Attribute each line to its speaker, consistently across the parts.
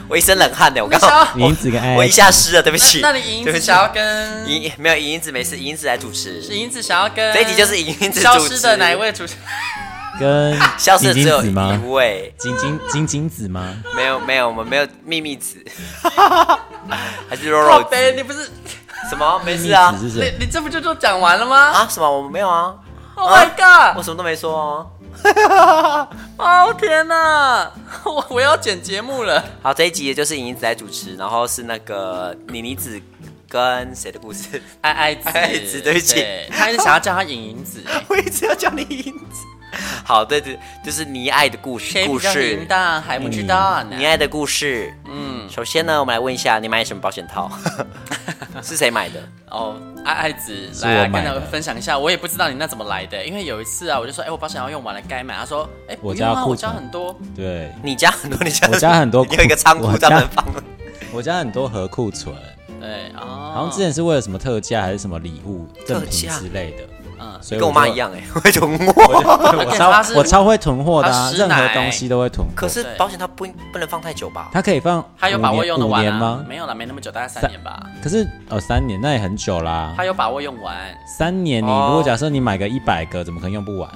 Speaker 1: 我一身冷汗的，我刚
Speaker 2: 那
Speaker 1: 好
Speaker 3: 你子跟 爱
Speaker 1: 我一下湿了，对不 起。
Speaker 2: 那你莹莹
Speaker 1: 对
Speaker 2: 子
Speaker 1: 不起
Speaker 2: 想要跟莹
Speaker 1: 莹没有影影子没事，影影子来主持。
Speaker 2: 莹子想要 跟
Speaker 1: 这一集就是影影子
Speaker 2: 消
Speaker 1: 主
Speaker 2: 失
Speaker 1: 持
Speaker 2: 的哪一位主持人？
Speaker 3: 跟
Speaker 1: 消失的
Speaker 3: 金
Speaker 1: 只有
Speaker 3: 子
Speaker 1: 一
Speaker 3: 吗？
Speaker 1: 位，
Speaker 3: 金金金金子吗？
Speaker 1: 没有没有，我们没有秘密 子，还是肉
Speaker 2: 靠
Speaker 1: 肉子？
Speaker 2: 北，你不是
Speaker 1: 什么？没事啊
Speaker 3: 金子是谁？
Speaker 2: 你你这不就都讲完了吗
Speaker 1: 啊？什么？我们没有啊，
Speaker 2: ？Oh my
Speaker 1: 我
Speaker 2: god！
Speaker 1: 什么都没说哦。
Speaker 2: 哦天哪， 我我要剪节目了。
Speaker 1: 好，这一集也就是影影子来主持，然后是那个妮妮子跟谁的故事？
Speaker 2: 爱爱子，
Speaker 1: 爱爱子对不起
Speaker 2: 他一直想要叫她莹莹子，
Speaker 1: 我一直要叫你影子。好，对对，就是你爱的故事，
Speaker 2: 谁
Speaker 1: 故
Speaker 2: 比较
Speaker 1: 事
Speaker 2: 淫，荡还不知道呢
Speaker 1: 你？爱的故事。
Speaker 2: 嗯，
Speaker 1: 首先呢，我们来问一下，你买什么保险套？ 是谁买的？
Speaker 2: 哦，爱爱子
Speaker 3: 是
Speaker 2: 来、
Speaker 3: 我
Speaker 2: 啊、跟
Speaker 3: 买
Speaker 2: 他们
Speaker 3: 的
Speaker 2: 分享一下，我也不知道你那怎么来的，因为有一次啊，我就说，哎、我保险要用完了，该买。他说，哎、不
Speaker 3: 我
Speaker 2: 用
Speaker 3: 家
Speaker 2: 啊，
Speaker 3: 库
Speaker 2: 我家
Speaker 3: 存
Speaker 2: 很多，
Speaker 3: 对，
Speaker 1: 你家很多，你家
Speaker 3: 我家很多
Speaker 1: 你有一个仓库
Speaker 3: 我
Speaker 1: 专
Speaker 3: 家
Speaker 1: 门放。
Speaker 3: 我家很多盒库存，
Speaker 2: 对哦，
Speaker 3: 好 像之前是为了什么特价还是什么礼物赠品
Speaker 1: 价
Speaker 3: 之类的，
Speaker 2: 嗯，
Speaker 3: 所以
Speaker 1: 跟我妈
Speaker 3: 就
Speaker 1: 一，样哎、欸，会囤货。
Speaker 3: 对 我
Speaker 2: 而且它是
Speaker 3: 超我超会囤货的
Speaker 2: 它
Speaker 3: 啊，
Speaker 2: 是
Speaker 3: 任何
Speaker 2: 奶
Speaker 3: 东西都会囤货。
Speaker 1: 可是
Speaker 2: 对
Speaker 1: 保险套不应不能放太久吧？
Speaker 3: 它可以放
Speaker 2: 他有把
Speaker 3: 五
Speaker 2: 握
Speaker 3: 年
Speaker 2: 用得
Speaker 3: 五
Speaker 2: 完
Speaker 3: 年
Speaker 2: 啊
Speaker 3: 吗？？
Speaker 2: 没有了，没那么久，大概三
Speaker 3: 三
Speaker 2: 年吧。
Speaker 3: 可是哦，三年那也很久啦
Speaker 2: 他。有把握用完，
Speaker 3: 三年，你
Speaker 1: 哦
Speaker 3: 如果假设你买个一百个，怎么可能用不完？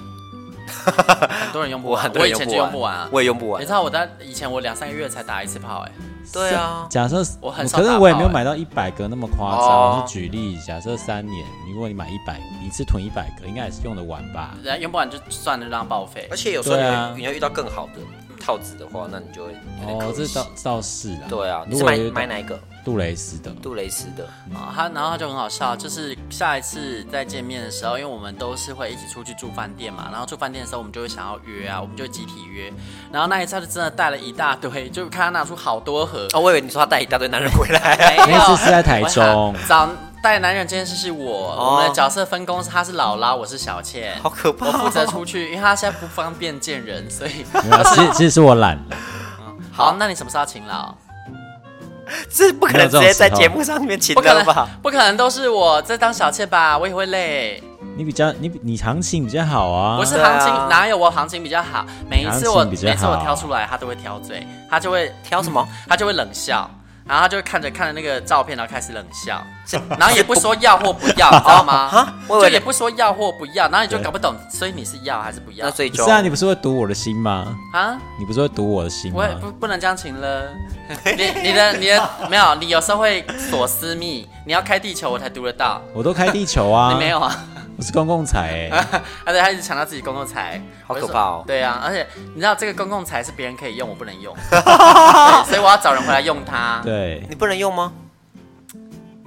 Speaker 2: 很多人用不
Speaker 1: 我
Speaker 2: 完，
Speaker 1: 很
Speaker 2: 我
Speaker 1: 多人
Speaker 2: 以前就用不完啊。
Speaker 1: 我也用不完
Speaker 2: 你知。道我在以前我两三个月才打一次炮、哎，
Speaker 1: 对啊，
Speaker 3: 假设
Speaker 2: 我很少
Speaker 3: 可是
Speaker 2: 打
Speaker 3: 我也
Speaker 2: 包
Speaker 3: 没有
Speaker 2: 欸
Speaker 3: 买到一百个那么夸
Speaker 1: 哦
Speaker 3: 张。我是举例，假设三年，如果你买一百，你一次囤一百个，应该也是用得完吧？
Speaker 2: 人家用不完就算了，让它报废
Speaker 1: 而。且有时候你
Speaker 3: 对
Speaker 1: 会、
Speaker 3: 啊
Speaker 1: 你会遇到更好的套子的话，那你就会有点
Speaker 3: 哦，
Speaker 1: 可
Speaker 3: 这
Speaker 1: 惜。
Speaker 3: 倒倒是啦。
Speaker 1: 对啊，你
Speaker 3: 如
Speaker 1: 是
Speaker 3: 果
Speaker 1: 买
Speaker 3: 有
Speaker 1: 买哪一个？
Speaker 3: 杜蕾斯的，
Speaker 1: 杜蕾斯的。
Speaker 2: 啊，他然后他就很好笑，就是下一次再见面的时候，因为我们都是会一起出去住饭店嘛，然后住饭店的时候我们就会想要约啊，我们就会集体约。然后那一次他就真的带了一大堆，就看他拿出好多盒，
Speaker 1: 哦，我以为你说他带一大堆男人回来。
Speaker 2: 没有
Speaker 3: 那次是在台中
Speaker 2: 我想找带男人这件事是我，
Speaker 1: 哦
Speaker 2: 我们的角色分工是他是姥姥，我是小 倩，
Speaker 1: 好可怕哦
Speaker 2: 我负责出去，因为他现在不方便见人，所 以
Speaker 3: 没有啊，其实 其实是我懒了。
Speaker 2: 好，那你什么时候要勤劳？
Speaker 1: 这不可能直接在
Speaker 3: 没有这种时候
Speaker 1: 节目上面请
Speaker 2: 不可
Speaker 1: 的
Speaker 2: 能
Speaker 1: 吧？，
Speaker 2: 不可能都是我在当小倩吧？我也会累。
Speaker 3: 你比较你你行情比较好啊，
Speaker 2: 不是
Speaker 1: 对啊
Speaker 2: 行情，哪有我行情比较好？每一次我
Speaker 3: 行情比较好
Speaker 2: 每次我挑出来，他都会挑嘴，他就会
Speaker 1: 挑什么？
Speaker 2: 他就会冷笑，然后他就会看着看着那个照片，然后开始冷笑，然后也不说要或不要，你知道吗
Speaker 1: 哈？我以
Speaker 2: 就
Speaker 1: 为
Speaker 2: 也不说要或不要，然后你就
Speaker 3: 对
Speaker 2: 搞不懂，所以你是要还是不要
Speaker 1: 那最
Speaker 3: 不
Speaker 1: 终
Speaker 3: 是啊？你不是会读我的心吗？
Speaker 2: 啊？
Speaker 3: 你不是会读我的心
Speaker 2: 我
Speaker 3: 吗
Speaker 2: 也？不不能这样请了，你你的你的没有，你有时候会锁私密，你要开地球我才读得到，
Speaker 3: 我都开地球 啊，
Speaker 2: 你没有啊？
Speaker 3: 我是公共 财哎，
Speaker 2: 而且他一直强调自己公共财，
Speaker 1: 好
Speaker 2: 我就
Speaker 1: 可怕哦
Speaker 2: 说对啊，而且你知道这个公共财是别人可以用，我不能 用，对所以我要找人回来用它。
Speaker 3: 对，
Speaker 1: 你不能用吗？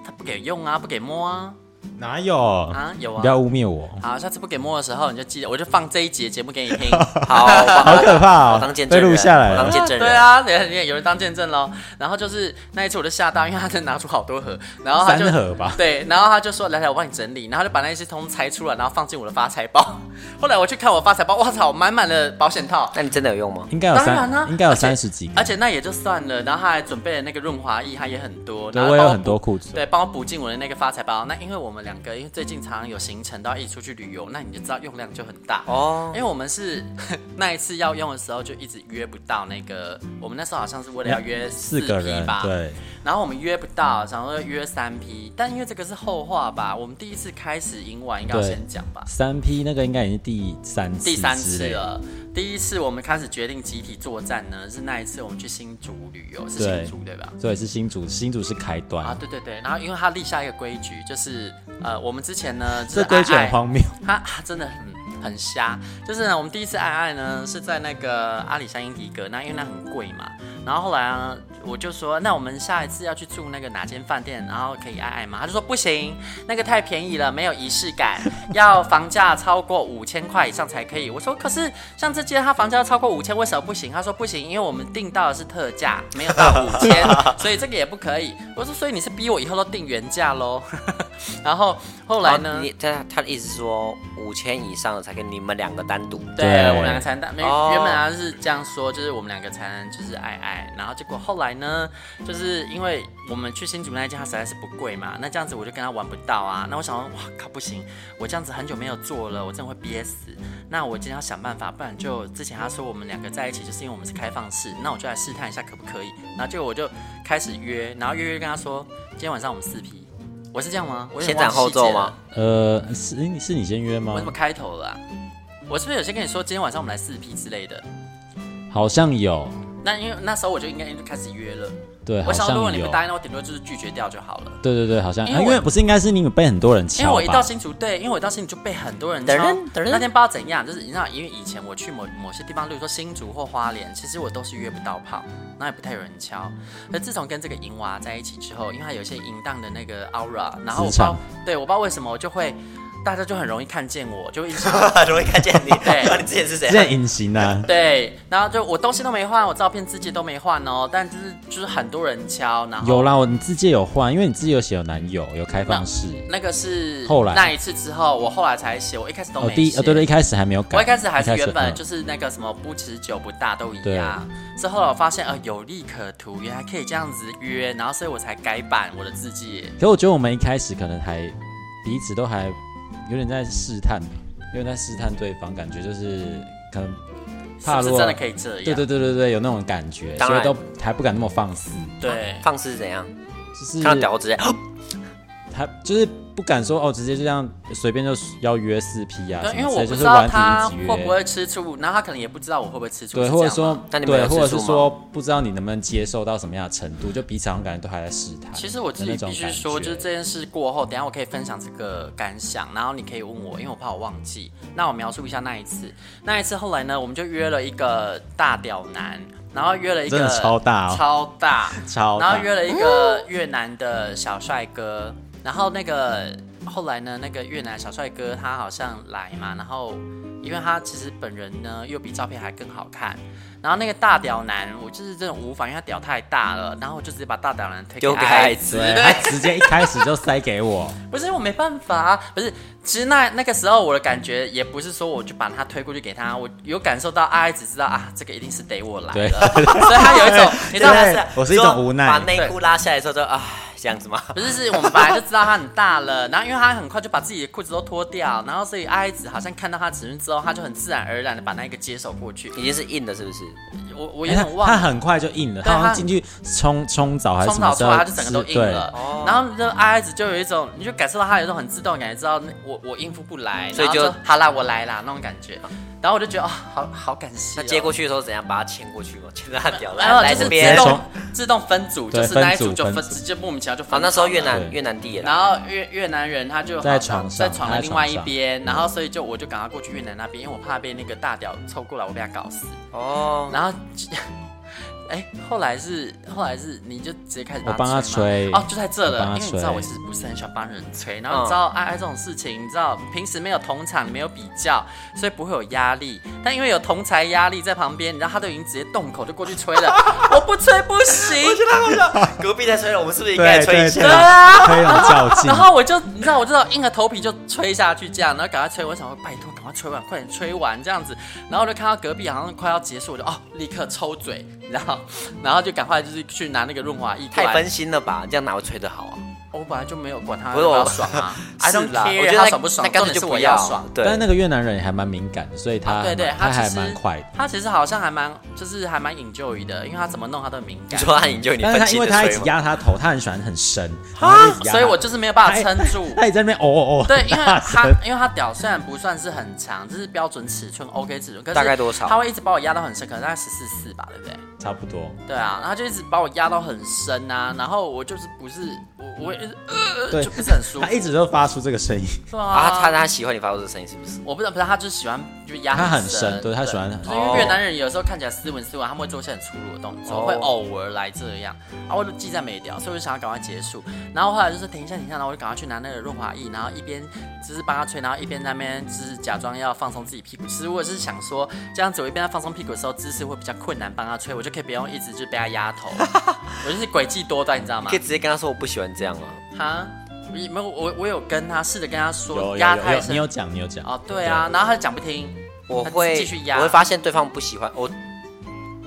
Speaker 2: 他不给用啊，不给摸啊，
Speaker 3: 哪有
Speaker 2: 啊有
Speaker 3: 你不要
Speaker 2: 啊。
Speaker 3: 污蔑我，
Speaker 2: 好，下次不给摸的时候，你就记得，我就放这一节节目给你听。
Speaker 1: 好，我
Speaker 3: 好可怕
Speaker 1: 我
Speaker 3: 哦
Speaker 1: 当见，证
Speaker 3: 被
Speaker 1: 人，
Speaker 3: 录下来
Speaker 1: 我当
Speaker 3: 了。
Speaker 1: 见证人。
Speaker 2: 对，啊，等一下你也有人当见证喽。然后就是那一次我就吓到，因为他真的拿出好多盒，然后他就
Speaker 3: 三盒吧
Speaker 2: 对，然后他就说来来，我帮你整理，然后就把那些通通拆出来，然后放进我的发财包。 后来我去看我的发财包，哇操，满满的保险套，
Speaker 1: 那你真的有用吗？
Speaker 3: 应该有
Speaker 2: 当然啊
Speaker 3: 三，应该有
Speaker 2: 而且
Speaker 3: 三十几个
Speaker 2: 而，且那也就算了，然后他还准备了那个润滑液，他也很多，
Speaker 3: 对
Speaker 2: 然后
Speaker 3: 我也
Speaker 2: 帮
Speaker 3: 有
Speaker 2: 我
Speaker 3: 很多
Speaker 2: 补
Speaker 3: 库存
Speaker 2: 对，帮我补进我的那个发财包。那因为我们两个因为最近常常有行程，都要一起出去旅游，那你就知道用量就很大。
Speaker 1: 哦
Speaker 2: 因为我们 是那一次要用的时候就一直约不到那个，我们那时候好像是为了要约
Speaker 3: 哎四
Speaker 2: 四
Speaker 3: 个
Speaker 2: 批
Speaker 3: 人
Speaker 2: 吧，
Speaker 3: 对。
Speaker 2: 然后我们约不到，想说约三批，但因为这个是后话吧，我们第一次开始赢完应该要
Speaker 3: 对
Speaker 2: 先讲吧。
Speaker 3: 三 P 那个应该已经第三次
Speaker 2: 第三
Speaker 3: 之
Speaker 2: 次
Speaker 3: 类的，
Speaker 2: 了。第一次我们开始决定集体作战呢，是那一次我们去新竹旅游，是新竹对吧？
Speaker 3: 所以是新竹，新竹是开端。
Speaker 2: 啊，对对对，然后因为他立下一个规矩，就是呃，我们之前呢，就是啊哎
Speaker 3: 这规矩
Speaker 2: 爱
Speaker 3: 很
Speaker 2: 爱
Speaker 3: 荒谬，
Speaker 2: 他他真的很很瞎，就是呢，我们第一次爱爱呢是在那个阿里山英迪格，那因为那很贵嘛，然后后来呢，我就说那我们下一次要去住那个哪间饭店，然后可以爱爱吗？他就说不行，那个太便宜了，没有仪式感，要房价超过五千块以上才可以。我说可是像这间他房价要超过五千，为什么不行？他说不行，因为我们订到的是特价，没有到五千，所以这个也不可以。我说所以你是逼我以后都定原价喽？ 然后后来呢？
Speaker 1: 哦你他他的意思是说五千以上的才跟你们两个单独。
Speaker 2: 对
Speaker 3: 对
Speaker 2: 我们两个才能没、
Speaker 1: 哦
Speaker 2: 原本他是这样说，就是我们两个才能就是爱爱，然后结果后来呢，就是因为我们去新竹那一间它实在是不贵嘛，那这样子我就跟他玩不到啊，那我想说哇靠不行，我这样子很久没有做了，我真的会憋死，那我今天要想办法，不然就之前他说我们两个在一起就是因为我们是开放式，那我就来试探一下可不可以，然后结果我就开始约，然后约约跟他说今天晚上我们四批，我是这样吗？我有点
Speaker 1: 先斩
Speaker 2: 忘记
Speaker 1: 后奏
Speaker 2: 细节
Speaker 1: 吗
Speaker 2: 了？
Speaker 3: 呃，是你是你先约吗
Speaker 2: 我？怎么开头了啊、我是不是有先跟你说今天晚上我们来四批之类的？
Speaker 3: 好像有，
Speaker 2: 那因为那时候我就应该就开始约了。
Speaker 3: 对，好
Speaker 2: 我想
Speaker 3: 像
Speaker 2: 说如果你
Speaker 3: 有
Speaker 2: 不。答应，那我顶多就是拒绝掉就好了。
Speaker 3: 对对对，好像
Speaker 2: 因为
Speaker 3: 因为,、
Speaker 2: 我
Speaker 3: 因为不是应该是你们被很多人
Speaker 2: 因为
Speaker 3: 敲
Speaker 2: 我一到
Speaker 3: 吧？
Speaker 2: 新竹，对，因为我一到新竹就被很多人敲
Speaker 1: 等。人等人
Speaker 2: 那天不知道怎样，就是你知道，因为以前我去某某些地方，例如说新竹或花莲，其实我都是约不到炮，那也不太有人敲。而自从跟这个银娃在一起之后，因为他有一些淫荡的那个 aura，然后我不知道
Speaker 3: 磁，
Speaker 2: 对我不知道为什么我就会，大家就很容易看见我，就会一直
Speaker 1: 很容易看见你，哦
Speaker 2: 对，
Speaker 1: 知道你之前是谁
Speaker 3: 这？样隐形啊
Speaker 2: 对，然后就我东西都没换，我照片自己都没换哦，但就是就是很多人敲，然后
Speaker 3: 有啦，我你自己有换，因为你自己有写有男友，有开放式。
Speaker 2: 那个是
Speaker 3: 后来
Speaker 2: 那一次之后，我后来才写，我一开始都
Speaker 3: 哦，
Speaker 2: 没
Speaker 3: 第一
Speaker 2: 写。
Speaker 3: 呃，对对，一开始还没有改，
Speaker 2: 我一开始还是原本
Speaker 3: 嗯
Speaker 2: 就是那个什么不持久不大都一样，是后来我发现呃有利可图，原来可以这样子约，然后所以我才改版我的字迹。
Speaker 3: 可我觉得我们一开始可能还彼此都还有点在试探，有点在试探对方，感觉就是可能怕
Speaker 2: 是不
Speaker 3: 如果
Speaker 2: 是真的可以这样？
Speaker 3: 对对对对对，有那种感觉，
Speaker 1: 当
Speaker 3: 所
Speaker 1: 然
Speaker 3: 以都还不敢那么放肆，
Speaker 2: 对
Speaker 1: 放肆是怎样？
Speaker 3: 就是
Speaker 1: 看到屌直接
Speaker 3: 还就是不敢说哦，直接就这样随便就要约四 P 啊，
Speaker 2: 对，
Speaker 3: 什
Speaker 2: 因为
Speaker 3: 么
Speaker 2: 我
Speaker 3: 之类
Speaker 2: 不
Speaker 3: 就
Speaker 2: 知
Speaker 3: 是
Speaker 2: 道
Speaker 3: 玩
Speaker 2: 他
Speaker 3: 体一直
Speaker 2: 会不
Speaker 3: 约。
Speaker 2: 会吃醋，然后他可能也不知道我会不会吃醋，
Speaker 3: 对，
Speaker 2: 是
Speaker 3: 或者
Speaker 2: 这样吗
Speaker 3: 说，
Speaker 1: 那你们有
Speaker 3: 对，或者
Speaker 1: 吃醋
Speaker 3: 是
Speaker 1: 吗
Speaker 3: 说，不知道你能不能接受到什么样的程度，就彼此好像感觉都还在试探的那种感觉。
Speaker 2: 其实我自己必须说，就是这件事过后，等一下我可以分享这个感想，然后你可以问我，因为我怕我忘记。那我描述一下那一次，那一次后来呢，我们就约了一个大屌男，然后约了一个
Speaker 3: 真的超大哦
Speaker 2: 超大，
Speaker 3: 超大
Speaker 2: 然后约了一个越南的小帅哥，然后那个后来呢，那个越南小帅哥他好像来嘛，然后因为他其实本人呢又比照片还更好看。然后那个大屌男，我就是这种无法，因为他屌太大了，然后我就直接把大屌男推 给
Speaker 1: 丢给
Speaker 2: 爱
Speaker 1: 孩子，
Speaker 3: 对，他 直接一开始就塞给我，
Speaker 2: 不是我没办法、啊不是，其实那那个时候我的感觉也不是说我就把他推过去给他，我有感受到阿姨只知道啊，这个一定是得我来
Speaker 3: 对
Speaker 2: 了， 所以他有 一种你知道他是。
Speaker 3: 我是一种无奈
Speaker 1: 把内裤拉下来的时候就啊这样子吗？
Speaker 2: 不是，是我们本来就知道他很大了，然后因为他很快就把自己的裤子都脱掉，然后所以阿姨子好像看到他尺寸之后，他就很自然而然的把那个接手过去。
Speaker 1: 已经是硬的，是不是？啊
Speaker 2: 我我有
Speaker 3: 哎他
Speaker 2: 点忘
Speaker 3: 他
Speaker 2: 了，
Speaker 3: 很快就硬了，
Speaker 2: 对
Speaker 3: 他好
Speaker 2: 他
Speaker 3: 像进去冲冲澡还是
Speaker 2: 冲
Speaker 3: 什么
Speaker 2: 澡
Speaker 3: 时
Speaker 2: 出
Speaker 3: 候，
Speaker 2: 来，他就整个都
Speaker 3: 是
Speaker 2: 硬了。
Speaker 1: 哦
Speaker 2: 然后就阿姨子就有一种，你就感受到他有一种很自动的感觉，知道那我我应付不来，
Speaker 1: 所以
Speaker 2: 然后
Speaker 1: 就
Speaker 2: 好啦，我来啦那种感觉。然后我就觉得哦，好好感谢
Speaker 1: 那
Speaker 2: 哦、
Speaker 1: 接过去的时候怎样？把它牵过去吗？牵到他屌
Speaker 2: 然后
Speaker 1: 来来
Speaker 2: 就
Speaker 1: 这
Speaker 2: 是
Speaker 1: 边
Speaker 2: 自
Speaker 3: 直。接
Speaker 2: 动
Speaker 3: 从
Speaker 2: 自动分组，就
Speaker 3: 对
Speaker 2: 是那一
Speaker 3: 分组
Speaker 2: 组就分，
Speaker 3: 分组
Speaker 2: 直接莫名其妙就
Speaker 1: 好，
Speaker 2: 分。
Speaker 1: 那时候越南
Speaker 3: 对
Speaker 1: 越南地也来
Speaker 2: 然后越越南人他就
Speaker 3: 在床
Speaker 2: 在
Speaker 3: 上
Speaker 2: 床的
Speaker 3: 他在
Speaker 2: 另外一
Speaker 3: 床上嗯
Speaker 2: 边，然后所以就我就赶快过去越南那边，因为我怕被那个大屌凑过来，我被他搞死。
Speaker 1: 哦，
Speaker 2: 然后， 哎，后来是后来是你就直接开始
Speaker 3: 我帮他
Speaker 2: 吹
Speaker 3: 吹
Speaker 2: 吗哦，就在这
Speaker 3: 我
Speaker 2: 了，
Speaker 3: 帮
Speaker 2: 因
Speaker 3: 他
Speaker 2: 为你知道
Speaker 3: 吹
Speaker 2: 我其实不是很喜欢帮人吹，然后你
Speaker 1: 嗯
Speaker 2: 知道爱爱这种事情，你知道平时没有同场，没有比较，所以不会有压力，但因为有同才压力在旁边，你知道他都已经直接动口就过去吹了， 我不吹不行，
Speaker 1: 隔壁在吹了，我们是不是应该
Speaker 3: 对
Speaker 1: 吹一
Speaker 3: 对
Speaker 1: 下
Speaker 3: 对？
Speaker 2: 啊，
Speaker 3: 推那种较 劲
Speaker 2: 然，后我就你知道，我就硬着头皮就吹下去这样，然后赶快吹，我想说拜托赶快吹完，快点吹完这样子。然后我就看到隔壁好像快要结束，我就哦立刻抽 嘴，然后然后就赶快就是去拿那个润滑液过
Speaker 1: 太
Speaker 2: 来
Speaker 1: 分。心了吧？这样哪会吹得好啊？
Speaker 2: 我本来就没有管他要
Speaker 1: 不是
Speaker 2: 不
Speaker 1: 我
Speaker 2: 要爽啊
Speaker 1: I
Speaker 2: 是
Speaker 1: don't
Speaker 2: 啦，
Speaker 1: care，
Speaker 2: 我觉得
Speaker 1: 那
Speaker 2: 他爽不爽，
Speaker 1: 那干
Speaker 2: 重
Speaker 1: 脆
Speaker 2: 点
Speaker 1: 就是不
Speaker 2: 我要
Speaker 1: 要哎
Speaker 2: 爽。
Speaker 1: 对
Speaker 3: 但是那个越南人也还蛮敏感的，所以他、
Speaker 2: 啊对对，
Speaker 3: 他
Speaker 2: 其
Speaker 3: 还
Speaker 2: 实
Speaker 3: 蛮快的。
Speaker 2: 他其实好像还蛮就是还蛮 enjoy 的，因为他怎么弄他都很敏
Speaker 1: 你
Speaker 2: 感。
Speaker 1: 说他引诱你
Speaker 3: 但
Speaker 1: 奋
Speaker 3: 是他
Speaker 1: 起
Speaker 3: 因为
Speaker 1: 的
Speaker 3: 他一
Speaker 1: 吹
Speaker 3: 直
Speaker 1: 吗？
Speaker 3: 压他头，他很喜欢很深，然后
Speaker 2: 啊
Speaker 1: 哎
Speaker 3: 一直压他
Speaker 2: 所以我就是没有办法撑住。
Speaker 3: 他也在那边哦哦哦，
Speaker 2: 对，因为
Speaker 3: 大
Speaker 2: 他
Speaker 3: 声
Speaker 2: 因为他屌虽然不算是很长，就是标准尺寸 OK 尺寸，可是
Speaker 1: 大概多少
Speaker 2: 他会一直把我压到很深，可能大概十四四吧，对不对？
Speaker 3: 差不多。
Speaker 2: 对啊，然后他就一直把我压到很深啊，然后我就是不是我我一直呃
Speaker 3: 对
Speaker 2: 就不是很舒服。
Speaker 3: 他一直都发出这个声音，
Speaker 2: 对啊
Speaker 1: 啊，他他喜欢你发出这声音是不是？
Speaker 2: 我不知道，不是他就是喜欢就压
Speaker 3: 他很
Speaker 2: 深
Speaker 3: 深，，对他喜欢
Speaker 2: 就是因
Speaker 1: 哦
Speaker 2: 为越南人有时候看起来斯文斯文，他们会做一些很粗鲁的动作，
Speaker 1: 哦
Speaker 2: 会偶尔来这样，然后我就记在没掉，所以我就想要赶快结束。然后后来就是停一下停一下，然后我就赶快去拿那个润滑液，然后一边就是帮他吹，然后一边在那边就是假装要放松自己屁股。其实我也是想说，这样子我一边在放松屁股的时候，姿势会比较困难，帮他吹，我就可以不用一直就被他压 头，我就是诡计多端，你知道吗
Speaker 1: 可以？直接跟他说我不喜欢这样吗？啊
Speaker 2: 哈，没有我我有跟他试着跟他说
Speaker 3: 有有
Speaker 2: 压太
Speaker 3: 有，
Speaker 2: 深
Speaker 3: 你有讲你有讲
Speaker 2: 哦，对啊，，然后他就讲不听。
Speaker 1: 我
Speaker 2: 他
Speaker 1: 会
Speaker 2: 继续压
Speaker 1: 我会发现对方不喜欢我，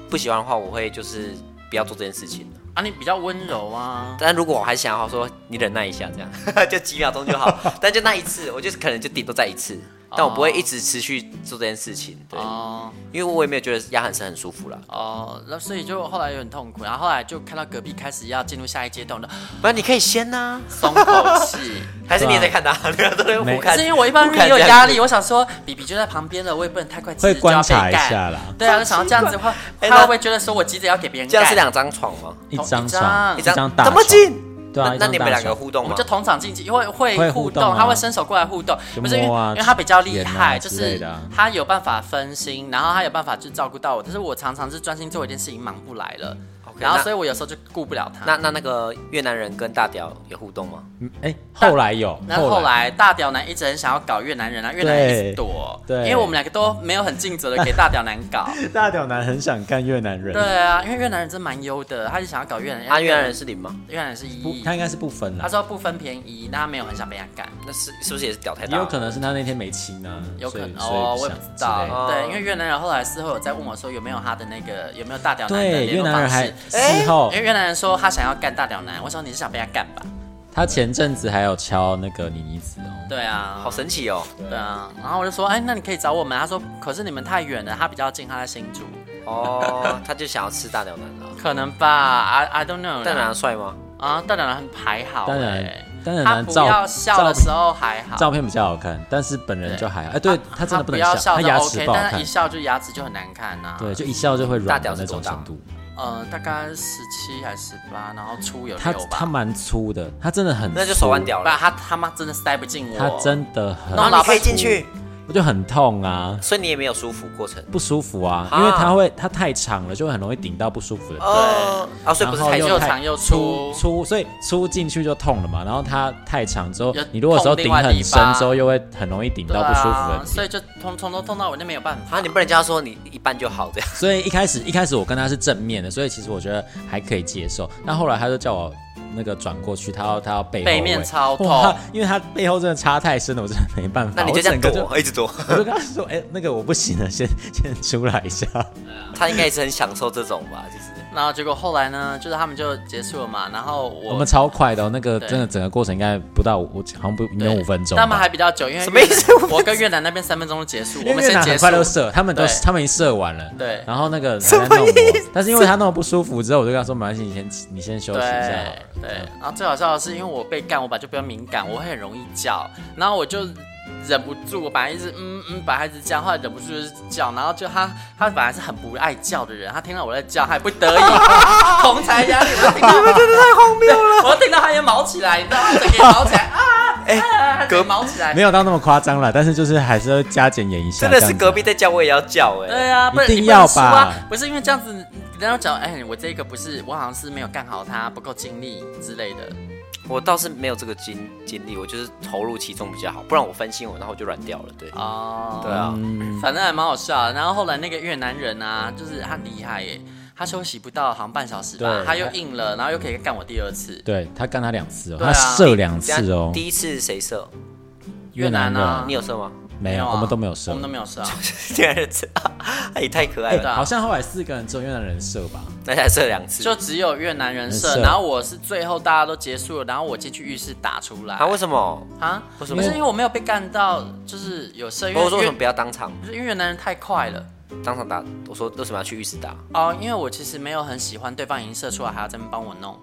Speaker 1: 不喜欢的话，我会就是不要做这件事情。
Speaker 2: 啊，你比较温柔啊。
Speaker 1: 但如果我还想要说你忍耐一下，这样 就几秒钟就好，但就那一次，我就可能就顶多再一次，但我不会一直持续做这件事情，对，
Speaker 2: 哦
Speaker 1: 因为我也没有觉得压很深很舒服啦。
Speaker 2: 哦，那所以就后来有点痛苦，然后后来就看到隔壁开始要进入下一阶段的
Speaker 1: 不然你可以先呐、
Speaker 2: 松口气。
Speaker 1: 还是你也在看啊他， 两个都在互
Speaker 3: 没
Speaker 1: 看，
Speaker 2: 是因为我一般
Speaker 1: 互
Speaker 2: 人
Speaker 1: 看
Speaker 2: 也有
Speaker 1: 这样
Speaker 2: 压
Speaker 1: 子
Speaker 2: 力，我想说比比就在旁边了，我也不能太快急着
Speaker 3: 会
Speaker 2: 就
Speaker 3: 观
Speaker 2: 要被
Speaker 3: 察一
Speaker 2: 干
Speaker 3: 下啦
Speaker 2: 对啊，就想要这样子的话，
Speaker 1: 哎
Speaker 2: 他
Speaker 1: 那
Speaker 2: 会不会觉得说我急着要给别 人
Speaker 1: 这样
Speaker 2: 干？
Speaker 1: 是两张床吗？
Speaker 3: 一
Speaker 2: 同
Speaker 3: 张
Speaker 2: 一
Speaker 3: 床
Speaker 2: 张
Speaker 3: 一张大
Speaker 1: 怎么
Speaker 3: 床
Speaker 1: 进？
Speaker 3: 对啊
Speaker 1: 那
Speaker 3: 一
Speaker 1: 那
Speaker 3: 张
Speaker 1: 你们
Speaker 3: 大
Speaker 1: 两个
Speaker 3: 床
Speaker 1: 互动
Speaker 2: 我
Speaker 1: 吗
Speaker 2: 们？就同场竞技，因为会
Speaker 3: 会
Speaker 2: 互
Speaker 3: 互
Speaker 2: 动，
Speaker 3: 动啊
Speaker 2: 他会伸手过来互动，
Speaker 3: 就
Speaker 2: 不是因为
Speaker 3: 摸啊
Speaker 2: 因为他比较厉
Speaker 3: 眼啊
Speaker 2: 害，就
Speaker 3: 之类
Speaker 2: 是
Speaker 3: 的啊
Speaker 2: 他有办法分心，然后他有办法去照顾到我。但是我常常是专心做一件事情，忙不来了
Speaker 1: OK，
Speaker 2: 然后
Speaker 1: 那
Speaker 2: 所以我有时候就顾不了他。
Speaker 1: 那那那个越南人跟大屌有互动吗？
Speaker 3: 嗯哎，后来有，
Speaker 2: 然后后来大屌男一直很想要搞越南人啊，越南人一直躲，
Speaker 3: 对
Speaker 2: 因为我们两个都没有很尽责的给大屌男 搞。
Speaker 3: 大屌男很想干越南人，
Speaker 2: 对啊，因为越南人真蛮优的，他就想要搞越南人。
Speaker 1: 啊，越南人是零吗？
Speaker 2: 越南人是
Speaker 3: 不
Speaker 2: 一，
Speaker 3: 他应该是不分
Speaker 2: 他
Speaker 3: 啦，
Speaker 2: 说不分便宜，但他没有很想被他干，
Speaker 1: 那是是不是也是屌太
Speaker 3: 也
Speaker 1: 大了？
Speaker 3: 有可能是他那天没亲啊，
Speaker 2: 有可能
Speaker 3: 所以所以
Speaker 2: 哦，我也
Speaker 3: 想
Speaker 2: 不知
Speaker 3: 之类
Speaker 2: 道。
Speaker 3: 的
Speaker 2: 对，因为越南人后来事后有在问我说有没有他的那个有没有大哎屌啊男的
Speaker 3: 对，
Speaker 2: 联
Speaker 3: 越
Speaker 2: 络
Speaker 3: 南
Speaker 2: 方
Speaker 3: 人还
Speaker 2: 式。
Speaker 3: 事后
Speaker 2: 因为越南人说他想要干大屌男，我说你是想被他干吧？
Speaker 3: 他前阵子还有敲那个妮妮子哦，
Speaker 2: 对啊，
Speaker 1: 好神奇哦！
Speaker 2: 对啊，然后我就说，哎，那你可以找我们。他说，可是你们太远了，他比较近，他在新竹。
Speaker 1: 哦，他就想要吃大屌男啊。
Speaker 2: 可能吧，I I don't know 啦。
Speaker 1: 大屌男帅吗？
Speaker 2: 啊，蛋奶很还好、欸，
Speaker 3: 当然当然
Speaker 2: 他
Speaker 3: 男
Speaker 2: 不
Speaker 3: 照
Speaker 2: 要笑的
Speaker 3: 照
Speaker 2: 时候还好，
Speaker 3: 照片比较好看，但是本人就还好，哎，对他真的不能
Speaker 2: 不要笑
Speaker 3: 他
Speaker 2: 就
Speaker 3: 牙
Speaker 2: OK，
Speaker 3: 齿不好
Speaker 2: 但他
Speaker 3: 看
Speaker 2: 一，笑就牙齿就很难看呐、
Speaker 3: 对，，就一笑就会
Speaker 1: 大
Speaker 3: 软
Speaker 1: 屌
Speaker 3: 的
Speaker 1: 是
Speaker 3: 那种
Speaker 1: 多大
Speaker 3: 程度。
Speaker 2: 呃，大概十七还是十八，然后粗有
Speaker 3: 他
Speaker 2: 六吧。
Speaker 3: 他蛮粗的，他真的很粗，
Speaker 1: 那就手腕屌
Speaker 2: 不然
Speaker 1: 了。
Speaker 2: 他他妈真的塞不进我，
Speaker 3: 他真的很，
Speaker 2: 然后
Speaker 1: 你
Speaker 2: 老
Speaker 1: 可以
Speaker 2: 板
Speaker 1: 进去，
Speaker 3: 我就很痛啊，
Speaker 1: 所以你也没有舒服过程。
Speaker 3: 不舒服啊，
Speaker 1: 啊
Speaker 3: 因为它会它太长了，就会很容易顶到不舒服的地方。
Speaker 1: 哦，啊，所以
Speaker 3: 然
Speaker 1: 不是
Speaker 3: 后
Speaker 1: 太
Speaker 2: 又
Speaker 1: 久
Speaker 2: 又
Speaker 3: 太
Speaker 2: 长又粗
Speaker 3: 粗粗，所以粗进去就痛了嘛。然后它太长之后
Speaker 2: 又，
Speaker 3: 你如果有时候顶
Speaker 2: 痛另外地
Speaker 3: 很深
Speaker 2: 方
Speaker 3: 之后，又会很容易顶
Speaker 2: 对
Speaker 3: 到
Speaker 2: 啊
Speaker 3: 不舒服的地
Speaker 2: 所以就从从头痛到尾，那没有办法。
Speaker 1: 啊，你不能叫他说你一半就好这样。
Speaker 3: 所以一开始一开始我跟他是正面的，所以其实我觉得还可以接受。但后来他就叫我那个转过去，他要他要背后
Speaker 2: 背
Speaker 3: 位
Speaker 2: 面超痛
Speaker 3: 哇因为他背后真的插太深了，我真的没办法。
Speaker 1: 那你就
Speaker 3: 啊我
Speaker 1: 这样
Speaker 3: 整个就
Speaker 1: 躲，一直躲。
Speaker 3: 我就跟他说，哎、那个我不行了，先 先出来一下。
Speaker 1: 他应该也是很享受这种吧，就是。
Speaker 2: 然后结果后来呢，就是他们就结束了嘛，然后我
Speaker 3: 我们超快的、哦，那个
Speaker 2: 对
Speaker 3: 真的整个过程应该不到五，好像不没有五分钟吧。
Speaker 2: 他们还比较久，因为
Speaker 1: 什么意思
Speaker 2: 越南我跟越南那边三分钟就结束，
Speaker 3: 因
Speaker 2: 我
Speaker 3: 为
Speaker 2: 们
Speaker 3: 越
Speaker 2: 先
Speaker 3: 南
Speaker 2: 结
Speaker 3: 很
Speaker 2: 束
Speaker 3: 快。就射，他们都
Speaker 2: 对
Speaker 3: 他们已经射完了。
Speaker 2: 对
Speaker 3: 然后那个还在弄我，但是因为他弄得不舒服之后，我就跟他说没关系，你先你先休息一下好了
Speaker 2: 对。对，然后最好笑的是，因为我被干，我本来就比较敏感，我会很容易叫，然后我就忍不住，我本来一直嗯嗯，本来一直叫，后来忍不住就是叫，然后就他他本来是很不爱叫的人，他听到我在叫，他也不得已，同才压力，我听到你们真的太荒谬了，我听到他也毛起来，你知道吗？整个也毛起来啊，哎，隔毛起来
Speaker 3: 没，有到那么夸张了，但是就是还是要加减演一下。
Speaker 1: 真的
Speaker 3: 这
Speaker 1: 是
Speaker 3: 样子啊
Speaker 1: 隔壁在叫，我也要叫哎、
Speaker 2: 对啊，不然
Speaker 3: 一定
Speaker 2: 你不能
Speaker 3: 要
Speaker 2: 输啊
Speaker 3: 吧
Speaker 2: 不是因为这样子，人家讲，哎、我这个不是，我好像是没有干好他，不够尽力之类的。
Speaker 1: 我倒是没有这个经经历，我就是投入其中比较好，不然我分心我，然后我就软掉了。对，
Speaker 2: 哦，
Speaker 1: 对啊，
Speaker 2: 反正还蛮好笑的。然后后来那个越南人啊，就是他很厉害耶，他休息不到好像半小时吧，
Speaker 3: 对
Speaker 2: 他又硬了，然后又可以干我第二次。
Speaker 3: 对他干他两次哦，
Speaker 2: 对啊
Speaker 3: 他射两次
Speaker 1: 等一下
Speaker 3: 哦。
Speaker 1: 第一次谁射？
Speaker 2: 越南
Speaker 3: 越南
Speaker 2: 啊
Speaker 3: 人
Speaker 1: 你有射吗？
Speaker 3: 没有，
Speaker 2: 啊
Speaker 3: 我们都没有射
Speaker 2: 我们，都没有射啊。
Speaker 1: 第二次， 他也太可爱
Speaker 2: 对啊
Speaker 1: 了，
Speaker 3: 哎好像后来四个人只有越南人射吧？
Speaker 1: 那才射两次。
Speaker 2: 就只有越南人
Speaker 3: 人
Speaker 2: 射，
Speaker 3: 射
Speaker 2: 然后我是最后大家都结束了，然后我进去浴室打出来
Speaker 1: 啊？为什么？
Speaker 2: 啊，
Speaker 1: 为什
Speaker 2: 不
Speaker 1: 么
Speaker 2: 是因为我没有被干到，就是有射，因为
Speaker 1: 我说为
Speaker 2: 越
Speaker 1: 什么不要当场
Speaker 2: 不是因为越南人太快了
Speaker 1: 当场打？我说为什么要去浴室打？
Speaker 2: 哦，因为我其实没有很喜欢对方已经射出来还要在那边帮我弄，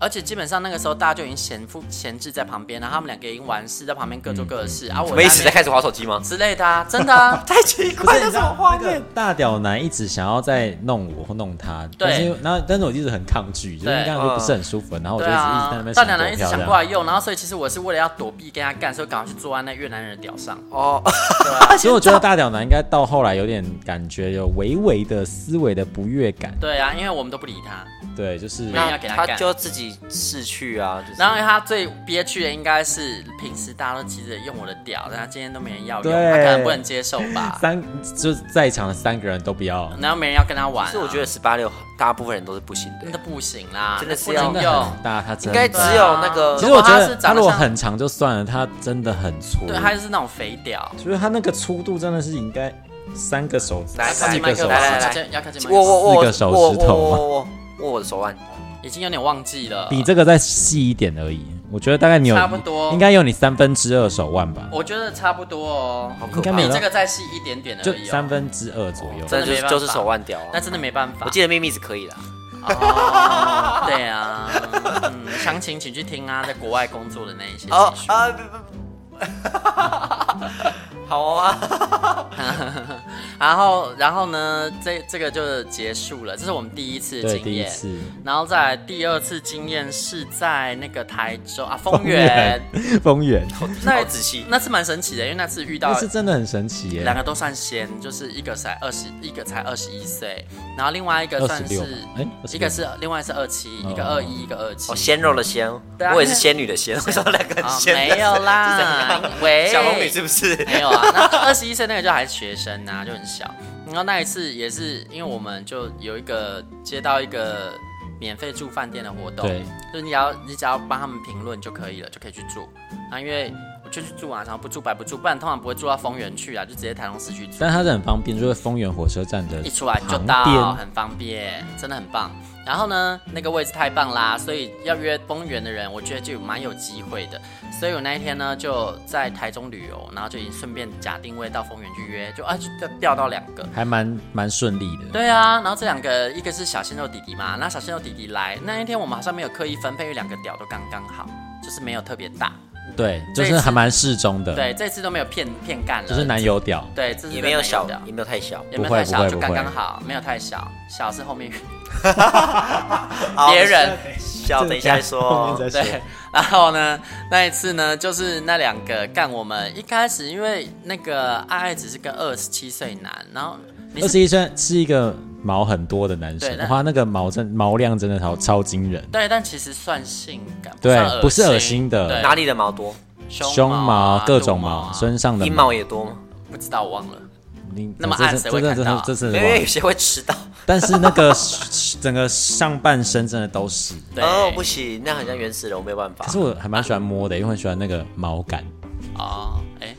Speaker 2: 而且基本上那个时候大家就已经闲夫闲置在旁边，然后他们两个已经完事在旁边各做各的事，啊我
Speaker 1: 我们一起在
Speaker 2: 那边
Speaker 1: 开始划手机吗？，
Speaker 2: 之类的啊， 真的啊
Speaker 1: 太奇
Speaker 3: 不
Speaker 1: 怪
Speaker 3: 是，你
Speaker 1: 了，
Speaker 3: 知
Speaker 1: 什么
Speaker 3: 道
Speaker 1: 画
Speaker 3: 那个
Speaker 1: 面？
Speaker 3: 大屌男一直想要再弄我或弄他，但是然后但是我一直很抗拒，就是
Speaker 2: 对
Speaker 3: 刚刚就不是很舒服，然后我
Speaker 2: 对
Speaker 3: 就一直一直在
Speaker 2: 啊
Speaker 3: 那，边
Speaker 2: 大
Speaker 3: 想
Speaker 2: 两人一直
Speaker 3: 躲票这
Speaker 2: 想
Speaker 3: 样
Speaker 2: 过来用，然后所以其实我是为了要躲避跟他干，所以赶快去坐在那越南人的屌上。
Speaker 1: 哦，
Speaker 3: 所以我觉得大屌男应该到后来有点感觉有微微的思维的不悦感，
Speaker 2: 对啊，因为我们都不理他。
Speaker 3: 对，就是
Speaker 2: 那要给他
Speaker 1: 他
Speaker 2: 干
Speaker 1: 就自己逝去啊，就是
Speaker 2: 然后他最憋屈的应该是平时大家都急着用我的屌，但他今天都没人要用，
Speaker 3: 对。
Speaker 2: 他可能不能接受吧
Speaker 3: 三就是在场的三个人都不要，
Speaker 2: 然后没人要跟他玩、啊，
Speaker 1: 其实我觉得十八六大部分人都是不行
Speaker 2: 真
Speaker 1: 的
Speaker 2: 的，不行啦，
Speaker 1: 真的是
Speaker 2: 不
Speaker 1: 要
Speaker 2: 能
Speaker 3: 真的很
Speaker 2: 用。啊
Speaker 3: 大，他真
Speaker 1: 应
Speaker 3: 的
Speaker 1: 该只有那个
Speaker 3: 其实我觉
Speaker 2: 哦如果他是
Speaker 3: 得
Speaker 2: 长
Speaker 3: 他
Speaker 2: 得
Speaker 3: 如果
Speaker 2: 像
Speaker 3: 很长就算了，他真的很粗，
Speaker 2: 对，他就是那种肥屌。
Speaker 3: 就是他那个粗度真的是应该三个手指
Speaker 1: 来，
Speaker 2: 靠
Speaker 3: 四
Speaker 2: 近
Speaker 3: 个
Speaker 2: 麦克
Speaker 3: 手
Speaker 2: 风，
Speaker 1: 来来
Speaker 3: 指，
Speaker 2: 靠近要靠近麦
Speaker 1: 握
Speaker 2: 克
Speaker 1: 握
Speaker 2: 风，
Speaker 1: 握
Speaker 3: 四个手指头
Speaker 1: 握握握握我的手腕，
Speaker 2: 已经有点忘记了。
Speaker 3: 比这个再细一点而已。我觉得大概你有
Speaker 2: 差不多
Speaker 3: 应该有你三分之二手腕吧，
Speaker 2: 我觉得差不多哦，
Speaker 1: 好可
Speaker 3: 应该
Speaker 1: 怕
Speaker 3: 没，
Speaker 2: 比
Speaker 3: 有到
Speaker 2: 这个再细一点点而
Speaker 3: 就
Speaker 2: 已、
Speaker 3: 三
Speaker 2: 哦。
Speaker 3: 分之二左右。
Speaker 1: 真
Speaker 2: 真的
Speaker 1: 的
Speaker 2: 没
Speaker 1: 就是
Speaker 2: 办法
Speaker 1: 就是手腕屌啊
Speaker 2: 那。真的没办法
Speaker 1: 我。记得秘密是可以的啊，
Speaker 2: 哦，对啊，嗯，详情请去听啊，在国外工作的那一些
Speaker 1: 哦
Speaker 2: 技术。
Speaker 1: 啊，不不不 好啊，
Speaker 2: 然后，然后呢，这这个就结束了，这是我们第一次
Speaker 3: 对，
Speaker 2: 经
Speaker 3: 第一
Speaker 2: 验。
Speaker 3: 次
Speaker 2: 然后再来第二次经验是在那个台州 啊，丰
Speaker 3: 丰
Speaker 2: 原
Speaker 3: 原，风远，
Speaker 2: 那
Speaker 1: 好仔细，
Speaker 2: 那次蛮神奇的，因为那次遇到
Speaker 3: 那是真的很神奇耶
Speaker 2: 两。个都算仙，就是一个才二十，一个才二十一岁，然后另外一个
Speaker 3: 26
Speaker 2: 算是
Speaker 3: 吧诶26
Speaker 2: 一个是另外是二七，一个
Speaker 3: 哦
Speaker 2: 二一，一个二七
Speaker 1: 哦，。鲜肉的鲜，
Speaker 2: 对啊
Speaker 1: 我也是仙女的仙，为什么两个很
Speaker 2: 啊，
Speaker 1: 仙的
Speaker 2: 没有哎啦，喂，
Speaker 1: 小龙女是不是？
Speaker 2: 没有啊，那二十一岁那个就还是学生呐、就很小。然后那一次也是因为我们就有一个接到一个免费住饭店的活动，
Speaker 3: 对，
Speaker 2: 就是你只要你只要帮他们评论就可以了，就可以去住。那、因为我就去住啊，然后不住白不住，不然通常不会住到丰原去啊，就直接台东市区住。
Speaker 3: 但它是很方便，就是丰原火车站的
Speaker 2: 一出来就
Speaker 3: 旁
Speaker 2: 到，
Speaker 3: 边
Speaker 2: 很方便，真的很棒。然后呢，那个位置太棒啦，所以要约丰原的人，我觉得就蛮有机会的。所以我那一天呢，就在台中旅游，然后就已经顺便假定位到丰原去约，就啊就掉掉到两个。
Speaker 3: 还蛮蛮顺利的。
Speaker 2: 对啊，然后这两个一个是小鲜肉弟弟嘛，那小鲜肉弟弟来那一天，我们好像没有刻意分配，因为两个屌都刚刚好，就是没有特别大。
Speaker 3: 对，
Speaker 2: 这
Speaker 3: 就
Speaker 2: 一次
Speaker 3: 是还蛮适中的。，
Speaker 2: 对，这次都没有骗骗干了，
Speaker 3: 嗯就是男友屌，
Speaker 2: 对，这次
Speaker 1: 也没有
Speaker 2: 真的
Speaker 1: 小
Speaker 2: 屌，
Speaker 1: 也没有太小，
Speaker 2: 也没有
Speaker 3: 不会
Speaker 2: 太
Speaker 3: 不
Speaker 2: 小，
Speaker 3: 会
Speaker 2: 就
Speaker 3: 不
Speaker 2: 刚
Speaker 3: 会
Speaker 2: 刚好，没有太小，小是后面
Speaker 1: 好
Speaker 2: 别人。
Speaker 1: 小等一下再说。
Speaker 3: 再
Speaker 2: 对，然后呢，那一次呢，就是那两个干我们一开始，因为那个爱爱只是跟二十七岁男，然后你
Speaker 3: 二
Speaker 2: 是
Speaker 3: 十一岁是一个毛很多的男
Speaker 2: 对
Speaker 3: 生，
Speaker 2: 那
Speaker 3: 哇，那个毛真毛量真的超超惊人。
Speaker 2: 对，但其实算性感，
Speaker 3: 对
Speaker 2: 算
Speaker 3: 不是恶心的
Speaker 2: 对
Speaker 1: 哪里的毛多？
Speaker 2: 胸
Speaker 3: 胸毛
Speaker 2: 啊、
Speaker 3: 各
Speaker 2: 肚
Speaker 3: 种
Speaker 2: 毛
Speaker 3: 毛，
Speaker 2: 啊，
Speaker 3: 身上的
Speaker 1: 阴毛也多吗？
Speaker 2: 不知道我忘了，
Speaker 3: 你
Speaker 2: 那么
Speaker 3: 这
Speaker 2: 暗
Speaker 3: 是
Speaker 2: 谁
Speaker 3: 这
Speaker 2: 会
Speaker 3: 真的
Speaker 2: 看到哎
Speaker 3: 这真
Speaker 1: 因
Speaker 3: 的
Speaker 1: 为有
Speaker 3: 是，
Speaker 1: 些会迟到。
Speaker 3: 但是那个 整个上半身真的都是。
Speaker 2: 对，
Speaker 1: 哦，不行，那很像原始人，我没有办法
Speaker 3: 嗯可。是我还蛮喜欢摸的，因为我很喜欢那个毛感。
Speaker 2: 哦，哎，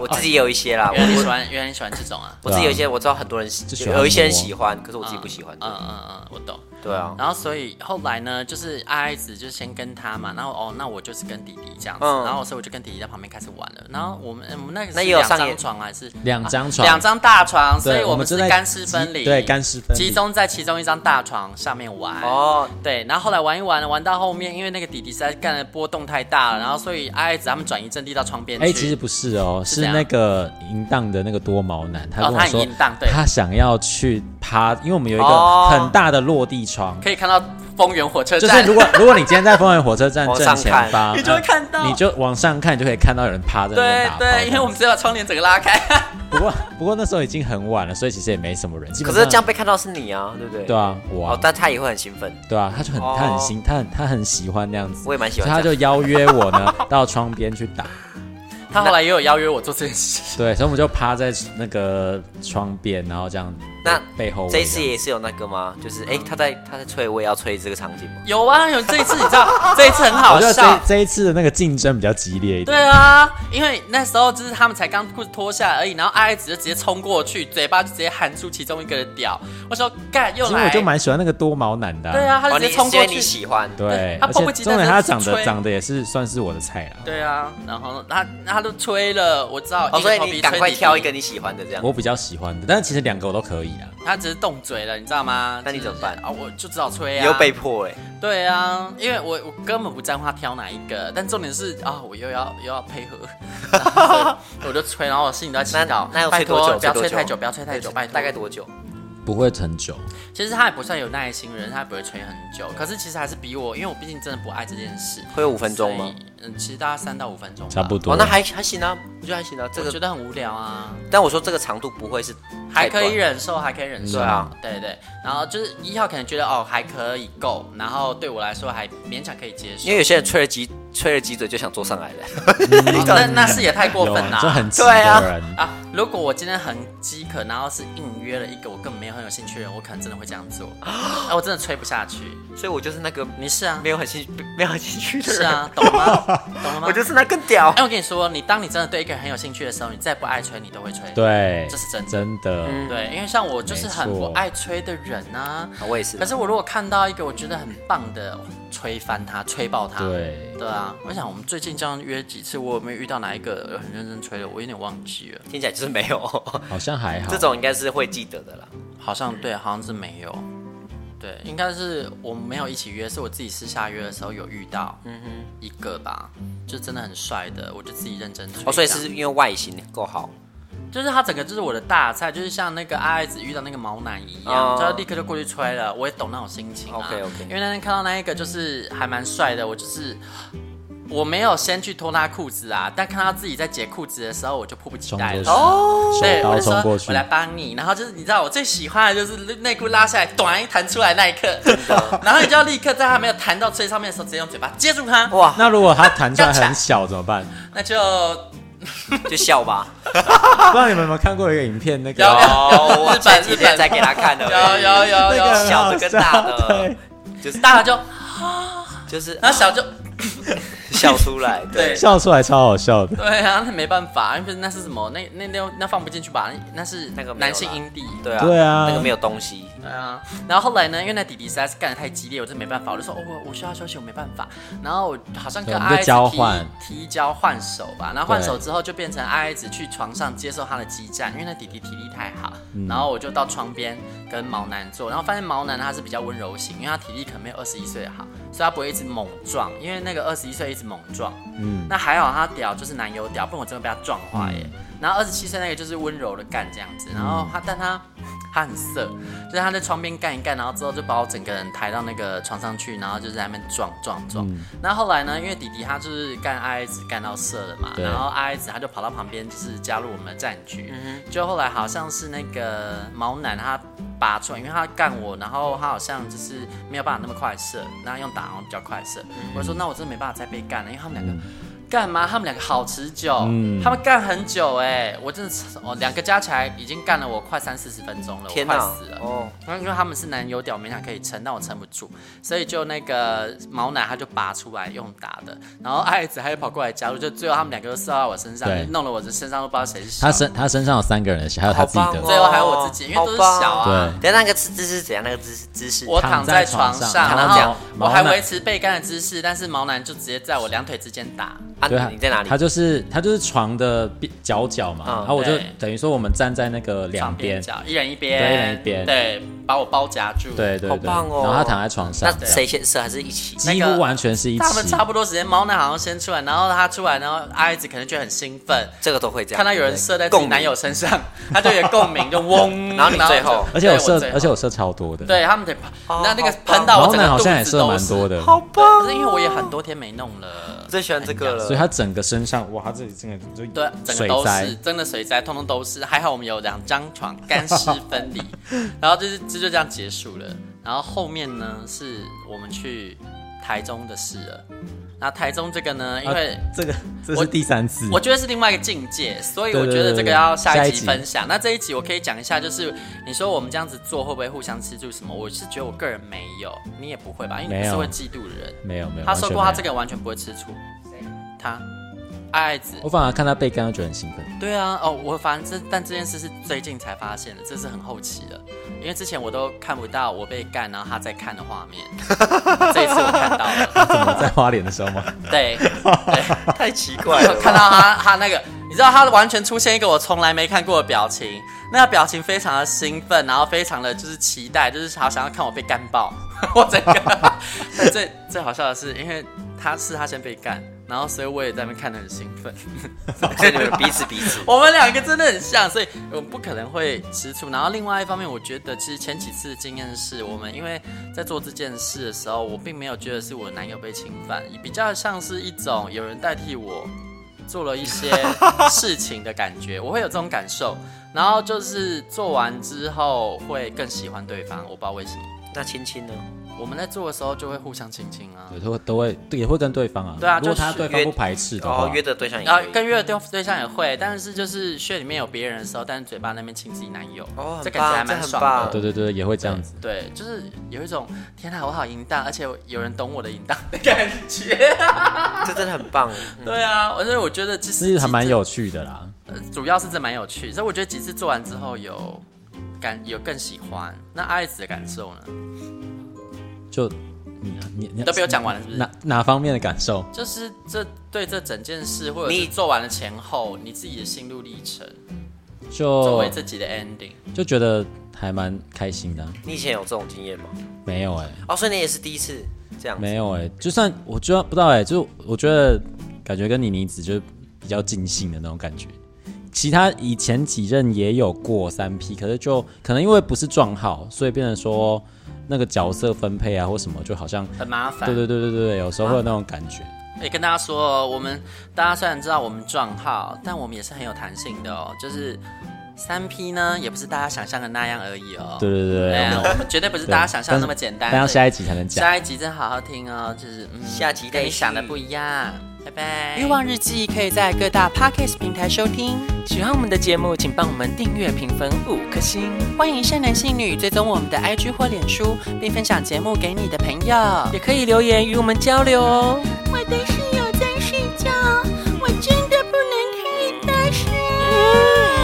Speaker 1: 我自己也有一些啦，
Speaker 2: 原
Speaker 3: 啊
Speaker 2: 来你喜
Speaker 1: 我
Speaker 2: 欢，原来你喜欢这种啊，
Speaker 1: 我自己有一些，我知道很多人喜
Speaker 3: 就喜欢
Speaker 1: 有一些人
Speaker 3: 摸
Speaker 1: 喜欢，可是我自己不喜欢。
Speaker 2: 嗯嗯嗯，我懂。
Speaker 1: 对啊，
Speaker 2: 然后所以后来呢，就是阿爱子就先跟他嘛，然后哦，那我就是跟弟弟这样子，
Speaker 1: 嗯
Speaker 2: 然后所以我就跟弟弟在旁边开始玩了。然后我们嗯我们那个是
Speaker 1: 那也有
Speaker 2: 两
Speaker 1: 上
Speaker 2: 张
Speaker 1: 演
Speaker 2: 床还是
Speaker 3: 两张
Speaker 2: 啊
Speaker 3: 床
Speaker 2: 两张大床，所以
Speaker 3: 对
Speaker 2: 我
Speaker 3: 我
Speaker 2: 们
Speaker 3: 们就是在
Speaker 2: 干湿分离，
Speaker 3: 集对干湿分离
Speaker 2: 集中在其中一张大床上面玩。
Speaker 1: 哦，
Speaker 2: 对，然后后来玩一玩，玩到后面，因为那个弟弟实在干的波动太大了，然后所以阿爱子他们转移阵地到窗边去。
Speaker 3: 哎，其实不是哦，
Speaker 2: 是怎
Speaker 3: 是
Speaker 2: 样
Speaker 3: 那个淫荡的那个多毛男，他跟
Speaker 2: 他
Speaker 3: 我
Speaker 2: 很
Speaker 3: 说
Speaker 2: 淫荡对
Speaker 3: 他想要去趴，因为我们有一个
Speaker 1: 哦
Speaker 3: 很大的落地窗，
Speaker 2: 可以看到丰原火车
Speaker 3: 就
Speaker 2: 站，
Speaker 3: 是如果如果你今天在丰原火车站正前
Speaker 1: 往上看
Speaker 3: 方，
Speaker 2: 你就会看到
Speaker 3: 你就往上看，你就可以看到有人趴在那 边
Speaker 2: 对
Speaker 3: 打炮。
Speaker 2: 对，因为我们只有把窗帘整个拉 开。
Speaker 3: 不过不过那时候已经很晚了，所以其实也没什么人。基
Speaker 1: 可
Speaker 3: 本
Speaker 1: 是
Speaker 3: 上
Speaker 1: 这样被看到是你啊，对不对？
Speaker 3: 对啊，我啊
Speaker 1: 哦，但他也会很兴奋。
Speaker 3: 对啊，他就很
Speaker 1: 哦
Speaker 3: 他很喜他很他很喜欢那样子，
Speaker 1: 我也蛮喜欢
Speaker 3: 所以他
Speaker 1: 这
Speaker 3: 就邀约我呢到窗边去打。
Speaker 2: 他后来也有邀约我做这件事。
Speaker 3: 对，所以我们就趴在那个窗边，然后这样
Speaker 1: 那
Speaker 3: 背后味
Speaker 1: 这一次也是有那个吗？就是
Speaker 2: 嗯
Speaker 1: 哎、他在他在吹，我也要吹这个场景吗？
Speaker 2: 有啊，有这一次你知 道，这一次很好
Speaker 3: 我觉得
Speaker 2: 笑
Speaker 3: 这。这一次的那个竞争比较激烈一点。
Speaker 2: 对啊，因为那时候就是他们才刚裤子脱下来而已，然后阿姨子就直接冲过去，嘴巴就直接喊出其中一个的屌。我说干又
Speaker 3: 其实
Speaker 2: 来，
Speaker 3: 我就蛮喜欢那个多毛男的啊、
Speaker 2: 对啊，他就
Speaker 1: 哦，
Speaker 2: 直
Speaker 1: 你
Speaker 2: 接冲
Speaker 1: 是因
Speaker 2: 过
Speaker 1: 为你
Speaker 2: 去。
Speaker 1: 喜欢，
Speaker 3: 对，
Speaker 2: 他
Speaker 3: 而
Speaker 2: 迫不
Speaker 3: 且
Speaker 2: 及待
Speaker 3: 重点
Speaker 2: 真的
Speaker 3: 他
Speaker 2: 是
Speaker 3: 长得
Speaker 2: 吹
Speaker 3: 长得也是算是我的菜啦。
Speaker 2: 对啊，然后他他都吹了，我知道。
Speaker 1: 哦，所以你赶快挑一
Speaker 2: 个头皮吹
Speaker 1: 个你喜欢的这样。
Speaker 3: 我比较喜欢的，但是其实两个我都可以啊。
Speaker 2: 你，他只是动嘴了，你知道吗？
Speaker 1: 那你怎么办
Speaker 2: 就是啊？我就只好
Speaker 1: 你
Speaker 2: 吹啊。
Speaker 1: 又被迫哎、
Speaker 2: 对啊，因为我我根本不在乎他挑哪一个，但重点是啊、我又要又要 配合，所以我就吹，然后我心里都在祈祷
Speaker 1: 那，那要
Speaker 2: 拜
Speaker 1: 吹多
Speaker 2: 托
Speaker 1: 久？
Speaker 2: 不要
Speaker 1: 多
Speaker 2: 吹太久，不要吹太久，拜托。
Speaker 1: 大概多久？
Speaker 3: 不会很久，
Speaker 2: 其实他也不算有耐心的人，他也不会吹很久，可是其实还是比我，因为我毕竟真的不爱这件事。
Speaker 1: 会有五分钟
Speaker 2: 所
Speaker 1: 吗？
Speaker 2: 以？嗯，其实大概三到五分钟吧，
Speaker 3: 差不多。
Speaker 1: 哦，那还还行啊，我觉得还行啊。这
Speaker 2: 我
Speaker 1: 个，
Speaker 2: 觉得很无聊啊，
Speaker 1: 但我说这个长度不会是
Speaker 2: 还
Speaker 1: 太
Speaker 2: 可以
Speaker 1: 短
Speaker 2: 忍受，还可以忍受。
Speaker 1: 对啊，
Speaker 2: 对对。然后就是一号可能觉得哦还可以够，然后对我来说还勉强可以接受
Speaker 1: 因为。有些人吹了几吹了几嘴就想坐上来了，
Speaker 2: 哦那那是也太过分
Speaker 3: 有
Speaker 2: 了
Speaker 3: 啊，这很急
Speaker 1: 对啊
Speaker 3: 的人。
Speaker 2: 啊！如果我今天很饥渴，然后是硬约了一个我根本没有很有兴趣的人，我可能真的会这样做。哎、我真的吹不下去。
Speaker 1: 所以我就是那个
Speaker 2: 你是啊
Speaker 1: 没，有很兴没有很兴趣的人。
Speaker 2: 是啊，懂吗？懂了吗？
Speaker 1: 我就是那更屌
Speaker 2: 哎、。我跟你说，你当你真的对一个人很有兴趣的时候，你再不爱吹，你都会吹。
Speaker 3: 对，
Speaker 2: 这是真的嗯
Speaker 3: 真的。
Speaker 2: 对因为像我就是很
Speaker 3: 没
Speaker 2: 不
Speaker 3: 错
Speaker 2: 爱吹的人啊。
Speaker 1: 啊我也是
Speaker 2: 可是我如果看到一个我觉得很棒的，我吹翻他，吹爆他。
Speaker 3: 对
Speaker 2: 对啊，我想我们最近这样约几次，我有没有遇到哪一个很认真吹的？我有点忘记了，
Speaker 1: 听起来就是没有，
Speaker 3: 好像还好。
Speaker 1: 这种应该是会记得的啦。
Speaker 2: 好像
Speaker 1: 嗯
Speaker 2: 对，好像是没有。对，应该是我们没有一起约，是我自己私下约的时候有遇到，嗯哼，一个吧，就真的很帅的，我就自己认真吹这样。
Speaker 1: 哦，所以是因为外形够好，
Speaker 2: 就是他整个就是我的大菜，就是像那个阿爱子遇到那个毛奶一样，
Speaker 1: 哦
Speaker 2: 就立刻就过去吹了。我也懂那种心情、啊。
Speaker 1: OK，OK
Speaker 2: 因为那天看到那一个就是还蛮帅的，我就是我没有先去脱他裤子啊，但看到自己在解裤子的时候，我就迫不及
Speaker 3: 冲
Speaker 2: 待
Speaker 3: 过去，
Speaker 2: 了。
Speaker 1: 哦
Speaker 2: 对，
Speaker 3: 手
Speaker 2: 我
Speaker 3: 刀
Speaker 2: 就说
Speaker 3: 冲过去
Speaker 2: 我，来帮你。然后就是你知道我最喜欢的就是内裤拉下来，短一弹出来那一 刻，然后你就要立刻在他没有弹到最上面的时候，直接用嘴巴接住他。
Speaker 1: 哇
Speaker 3: 那如果他弹出来很小怎么 办？
Speaker 2: 那就
Speaker 1: 就笑吧。
Speaker 3: 不知道你们有没有看过一个影片，那
Speaker 1: 有，
Speaker 3: 个
Speaker 1: 哦我
Speaker 2: 日本
Speaker 1: 前几
Speaker 2: 日
Speaker 1: 天
Speaker 2: 本
Speaker 1: 才给他看的，
Speaker 2: 有有有
Speaker 3: 那个
Speaker 2: 有，
Speaker 3: 很
Speaker 1: 小
Speaker 3: 好
Speaker 1: 的跟
Speaker 3: 笑
Speaker 1: 大 的，就是
Speaker 2: 大了就
Speaker 1: 就是
Speaker 2: 然后小就
Speaker 1: 笑出 来，对
Speaker 2: 对
Speaker 3: 对，。笑出来超好笑的。
Speaker 2: 对啊，那没办法，因为那是什么？那那那那放不进去吧？那那是
Speaker 1: 那个没有啦
Speaker 2: 男性阴蒂。
Speaker 1: 对啊，
Speaker 3: 对啊
Speaker 1: 那个没有东西，
Speaker 2: 对啊，然后后来呢？因为那弟弟实在是干的太激烈，我真没办法，我就说哦，我我需要休息，我没办法。然后我好像跟
Speaker 3: 对我
Speaker 2: 阿
Speaker 3: 们就
Speaker 2: S
Speaker 3: 交换
Speaker 2: 踢踢交换手吧，然后换
Speaker 3: 对
Speaker 2: 手之后就变成阿 S 去床上接受他的激战，因为那弟弟体力太好。
Speaker 3: 嗯
Speaker 2: 然后我就到窗边跟毛男坐，然后发现毛男他是比较温柔型，因为他体力可能没有二十一岁好，所以他不会一直猛撞，因为那个二十一岁一直猛撞。嗯，那还好他屌就是男友屌，不然我真的被他撞坏耶。
Speaker 3: 嗯
Speaker 2: 然后二十七岁那个就是温柔的干这样子，然后他但他他很色，就是他在窗边干一干，然后之后就把我整个人抬到那个床上去，然后就在那边撞撞撞。那、后来呢，因为弟弟他就是干 I 子干到色了嘛，
Speaker 3: 对
Speaker 2: 然后 I 子他就跑到旁边就是加入我们的战局，
Speaker 1: 嗯
Speaker 2: 就后来好像是那个毛男他拔出来，因为他干我，然后他好像就是没有办法那么快射，那用打好像比较快射。我说那我真的没办法再被干了，因为他们两个。干嘛？他们两个好持久，他们干很久哎、我真的是哦，两个加起来已经干了我快三四十分钟了，
Speaker 1: 天
Speaker 2: 我快
Speaker 1: 哪
Speaker 2: 死了！
Speaker 1: 哦，
Speaker 2: 那因为他们是男友屌，我勉强可以撑，但我撑不住，所以就那个毛奶他就拔出来用打的，然后爱子还跑过来加入，就最后他们两个都射到我身上，
Speaker 3: 对
Speaker 2: 就弄得我的身上都不知道谁是小
Speaker 3: 他身他身上有三个人的血，还有他自己
Speaker 1: 好棒
Speaker 3: 的
Speaker 1: 哦。
Speaker 2: 最后还有我自己，因为都是小
Speaker 1: 好
Speaker 2: 啊
Speaker 3: 对。
Speaker 1: 等一下那个姿姿势怎样？那个姿势姿势，
Speaker 2: 我躺在床
Speaker 3: 躺在床上
Speaker 2: 然
Speaker 1: 然
Speaker 2: 后
Speaker 1: 后
Speaker 2: 我
Speaker 3: 毛
Speaker 2: 还
Speaker 3: 毛
Speaker 2: 维持被干的姿势，但是毛男就直接在我两腿之间打，
Speaker 3: 对
Speaker 1: 啊，，你在哪里
Speaker 3: 他？就是他就是床的边角角嘛，
Speaker 1: 嗯
Speaker 3: 然后我就
Speaker 2: 对
Speaker 3: 等于说我们站在那个两
Speaker 2: 床
Speaker 3: 边
Speaker 2: 边，脚，一人一
Speaker 3: 对
Speaker 2: 边，
Speaker 3: 一人一边
Speaker 2: 对，把我包夹住，
Speaker 3: 对对
Speaker 1: 好
Speaker 3: 对，
Speaker 1: 棒哦
Speaker 3: 然后他躺在床上
Speaker 1: 那，谁先射还是一起？
Speaker 3: 几乎完全是一
Speaker 2: 他们
Speaker 3: 起。
Speaker 2: 差不多时间，猫男好像先出来，然后他出来，然后阿姨子可能觉得很兴奋，
Speaker 1: 这个都会这样。
Speaker 2: 看到有人射在自己男友身上，他就有共鸣，就嗡。
Speaker 1: 然后你最后
Speaker 2: 就
Speaker 3: 而且我
Speaker 2: 对
Speaker 3: 射
Speaker 2: 最，后
Speaker 3: 而且我射超多的。，
Speaker 2: 对他们得啪，
Speaker 1: 哦
Speaker 2: 那那个
Speaker 1: 好棒
Speaker 2: 喷到我
Speaker 3: 毛
Speaker 2: 整
Speaker 3: 男
Speaker 2: 个
Speaker 3: 好
Speaker 2: 肚
Speaker 3: 像也
Speaker 2: 子
Speaker 3: 射
Speaker 2: 都
Speaker 3: 蛮
Speaker 2: 是。
Speaker 3: 多的，
Speaker 1: 好棒
Speaker 2: 可是因为我也很多天没弄了，
Speaker 1: 最喜欢这个
Speaker 3: 所以
Speaker 1: 了。
Speaker 3: 他整个身上哇，他这里整个就
Speaker 2: 对，整个
Speaker 3: 水
Speaker 2: 都
Speaker 3: 灾
Speaker 2: 是，真的水灾，通通都是。还好我们有两张床，干湿分 离，然后就是这就这样结束了。然后后面呢，是我们去台中的事了。那台中这个
Speaker 3: 啊
Speaker 2: 呢，因为、
Speaker 3: 这个这
Speaker 2: 我
Speaker 3: 是第三次，
Speaker 2: 我觉得是另外一个境界，所以
Speaker 3: 对
Speaker 2: 我
Speaker 3: 对
Speaker 2: 觉得这个要下一集
Speaker 3: 对对对
Speaker 2: 分享。那这一集我可以讲一下，就是你说我们这样子做会不会互相吃醋什么？我是觉得我个人没有，你也不会吧？因为你
Speaker 3: 没
Speaker 2: 不
Speaker 3: 有
Speaker 2: 是会嫉妒的人。
Speaker 3: 没有没有，
Speaker 2: 他说过他
Speaker 3: 完
Speaker 2: 这
Speaker 3: 全没有，
Speaker 2: 个完全不会吃醋，他爱子。
Speaker 3: 我反而看他被干，我觉得很兴奋。
Speaker 2: 对啊，哦，我反正这但这件事是最近才发现的，这是很后期的，因为之前我都看不到我被干，然后他在看的画面。这一次我看到了，
Speaker 3: 怎么在花脸的时候 吗？
Speaker 2: 对，对。
Speaker 1: 太奇怪
Speaker 2: 我
Speaker 1: 了
Speaker 2: 有
Speaker 1: 吧。
Speaker 2: 看到他他那个，你知道他完全出现一个我从来没看过的表情，那个表情非常的兴奋，然后非常的就是期待，就是好想要看我被干爆。 我整个，但最最好笑的是，因为他是他先被干，然后所以我也在那边看得很兴奋。。
Speaker 1: 所以你们彼此彼此
Speaker 2: 我们两个真的很像，所以我们不可能会吃醋。然后另外一方面，我觉得其实前几次的经验是我们因为在做这件事的时候，我并没有觉得是我男友被侵犯，比较像是一种有人代替我做了一些事情的感觉，我会有这种感受。然后就是做完之后会更喜欢对方，我不知道为什么。
Speaker 1: 那亲亲呢？
Speaker 2: 我们在做的时候就会互相亲亲啊，
Speaker 3: 对，都会都会也会跟对方啊。
Speaker 2: 对啊
Speaker 3: 如果
Speaker 2: 就是哦
Speaker 3: 他对方
Speaker 1: 约
Speaker 3: 不排斥的
Speaker 1: 然后哦
Speaker 3: 话，
Speaker 1: 约的对象也
Speaker 2: 然后
Speaker 1: 可以。
Speaker 2: 啊跟约的对对象也会，但是就是血里面有别人的时候，但是嘴巴那边亲自己男友，
Speaker 1: 哦很
Speaker 2: 这感觉还
Speaker 1: 棒这
Speaker 2: 蛮
Speaker 1: 很
Speaker 2: 爽的
Speaker 1: 棒。
Speaker 3: 对对对，也会这样子。
Speaker 2: 对，就是有一种天哪，我好淫荡，而且有人懂我的淫荡的感 觉。
Speaker 1: 这真的很 棒。嗯
Speaker 2: 对啊，而且我觉得其实
Speaker 3: 其实还蛮
Speaker 2: 几次
Speaker 3: 有趣的啦。
Speaker 2: 呃主要是这蛮有趣。所以我觉得几次做完之后有感有更喜欢。那爱子的感受呢？
Speaker 3: 就你你你
Speaker 2: 都被我讲完了是不是
Speaker 3: 哪哪方面的感受？
Speaker 2: 就是这对这整件事，或者
Speaker 1: 你
Speaker 2: 你做完了前后，你自己的心路历程，作
Speaker 3: 就
Speaker 2: 为自己的 ending。
Speaker 3: 就觉得还蛮开心的啊、
Speaker 1: 你以前有这种经验吗？
Speaker 3: 没有哎、
Speaker 1: 哦，所以你也是第一次这样子。
Speaker 3: 没有哎、就算我觉得不知道哎、就我觉得感觉跟你妮子就是比较尽兴的那种感觉。其他以前几任也有过三 P，可是就可能因为不是撞号，所以变成说那个角色分配啊或什么，就好像
Speaker 2: 很麻烦，
Speaker 3: 对对对对对，有时候会有那种感觉。
Speaker 2: 也跟大家说哦，我们大家虽然知道我们撞号，但我们也是很有弹性的哦。就是三 P 呢，也不是大家想象的那样而已哦。
Speaker 3: 对对对对
Speaker 2: 哎呀
Speaker 3: 对，
Speaker 2: 我们绝对不是大家想象的那么简单。
Speaker 3: 但要
Speaker 2: 所以
Speaker 3: 下一集才能讲。
Speaker 2: 下一集真好好听哦，就是、嗯、
Speaker 1: 下集再
Speaker 2: 跟你
Speaker 1: 续
Speaker 2: 想的不一样。拜拜。
Speaker 4: 欲望日记可以在各大 podcast 平台收听。喜欢我们的节目，请帮我们订阅、评分五颗星。
Speaker 2: 欢迎善男信女追踪我们的 IG 或脸书，并分享节目给你的朋友。
Speaker 4: 也可以留言与我们交流哦。
Speaker 5: 我的室友在睡觉，我真的不能开大声。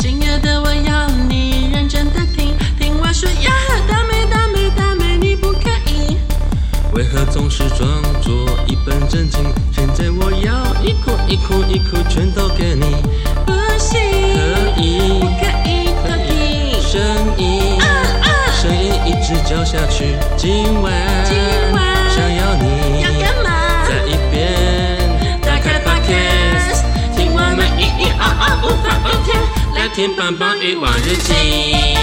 Speaker 6: 今夜的我要你认真的听，听我说呀，大美大美大美，你不可以。为何总是装作一本正经？现在我要一哭一哭一哭，全都给你。不行，可以，不可以，可以。声音，声音一直叫下去，今晚，今晚想要你，要干嘛？再一遍，打开 Podcast，听我们咿咿啊啊无法无天，来听棒棒欲望日记。啊